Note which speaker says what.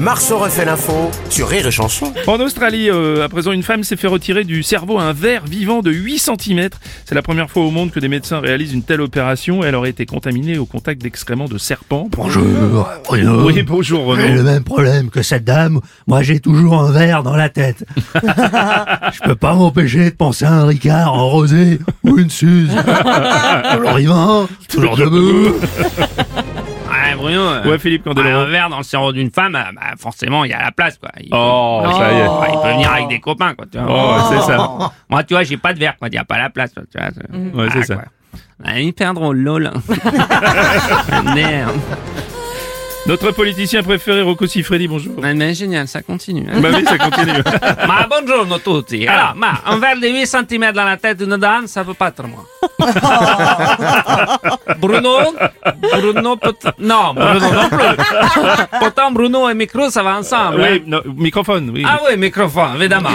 Speaker 1: Marceau refait l'info sur Rire et Chanson.
Speaker 2: En Australie, euh, à présent, une femme s'est fait retirer du cerveau un ver vivant de 8 cm. C'est la première fois au monde que des médecins réalisent une telle opération. Elle aurait été contaminée au contact d'excréments de serpents.
Speaker 3: Bonjour, Bruno.
Speaker 2: Oui, bonjour
Speaker 3: J'ai
Speaker 2: Renaud.
Speaker 3: le même problème que cette dame. Moi, j'ai toujours un verre dans la tête. Je peux pas m'empêcher de penser à un Ricard en rosé ou une Suze. toujours vivant, toujours debout.
Speaker 4: Ouais, Bruno. euh,
Speaker 2: Ouais, Philippe
Speaker 4: ouais,
Speaker 2: Candeloro.
Speaker 4: un verre dans le cerveau d'une femme, euh, bah, forcément, il y a la place, quoi. Il,
Speaker 2: Oh, ça y est.
Speaker 4: ouais, il peut venir avec des copains, quoi. tu vois.
Speaker 2: Oh, c'est ça.
Speaker 4: Moi, tu vois, j'ai pas de verre, quoi. Il n'y a pas la place, quoi, tu vois.
Speaker 2: Ouais, c'est ça.
Speaker 4: quoi. Ah, hyper drôle, lol. Ah, Merde.
Speaker 2: Notre politicien préféré, Rocco Siffredi, bonjour.
Speaker 4: Ouais, Mais génial, ça continue. hein.
Speaker 2: Bah oui, ça continue.
Speaker 4: ma buongiorno a tutti. Allora, ma un verre di 8 cm dans la tête d'une dame, ça peut pas être moi. Bruno, Bruno, peut- non, Bruno non plus. Pourtant, Bruno et micro, ça va ensemble. eh. hein.
Speaker 2: Oui, non, microphone, oui.
Speaker 4: Ah oui, microphone, évidemment.